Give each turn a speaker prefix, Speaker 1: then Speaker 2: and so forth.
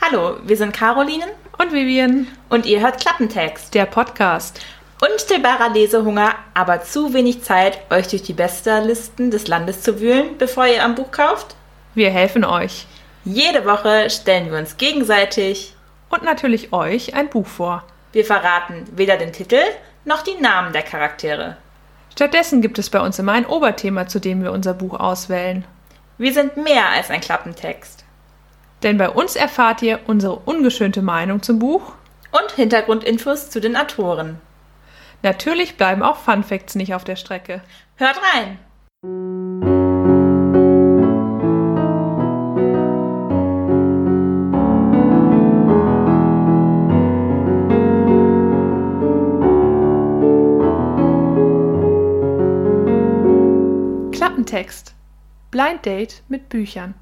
Speaker 1: Hallo, wir sind Carolinen
Speaker 2: und Vivian
Speaker 1: und ihr hört Klappentext.
Speaker 2: der Podcast.
Speaker 1: Unstillbarer Lesehunger, aber zu wenig Zeit, euch durch die Bestsellerlisten des Landes zu wühlen, bevor ihr ein Buch kauft?
Speaker 2: Wir helfen euch
Speaker 1: Jede Woche stellen wir uns gegenseitig.
Speaker 2: und natürlich euch ein Buch vor.
Speaker 1: Wir verraten weder den Titel noch die Namen der Charaktere.
Speaker 2: Stattdessen gibt es bei uns immer ein Oberthema, zu dem wir unser Buch auswählen.
Speaker 1: Wir sind mehr als ein Klappentext.
Speaker 2: Denn bei uns erfahrt ihr unsere ungeschönte Meinung zum Buch.
Speaker 1: Und Hintergrundinfos zu den Autoren.
Speaker 2: Natürlich bleiben auch Fun Facts nicht auf der Strecke.
Speaker 1: Hört rein!
Speaker 2: Klappentext. Blind Date mit Büchern.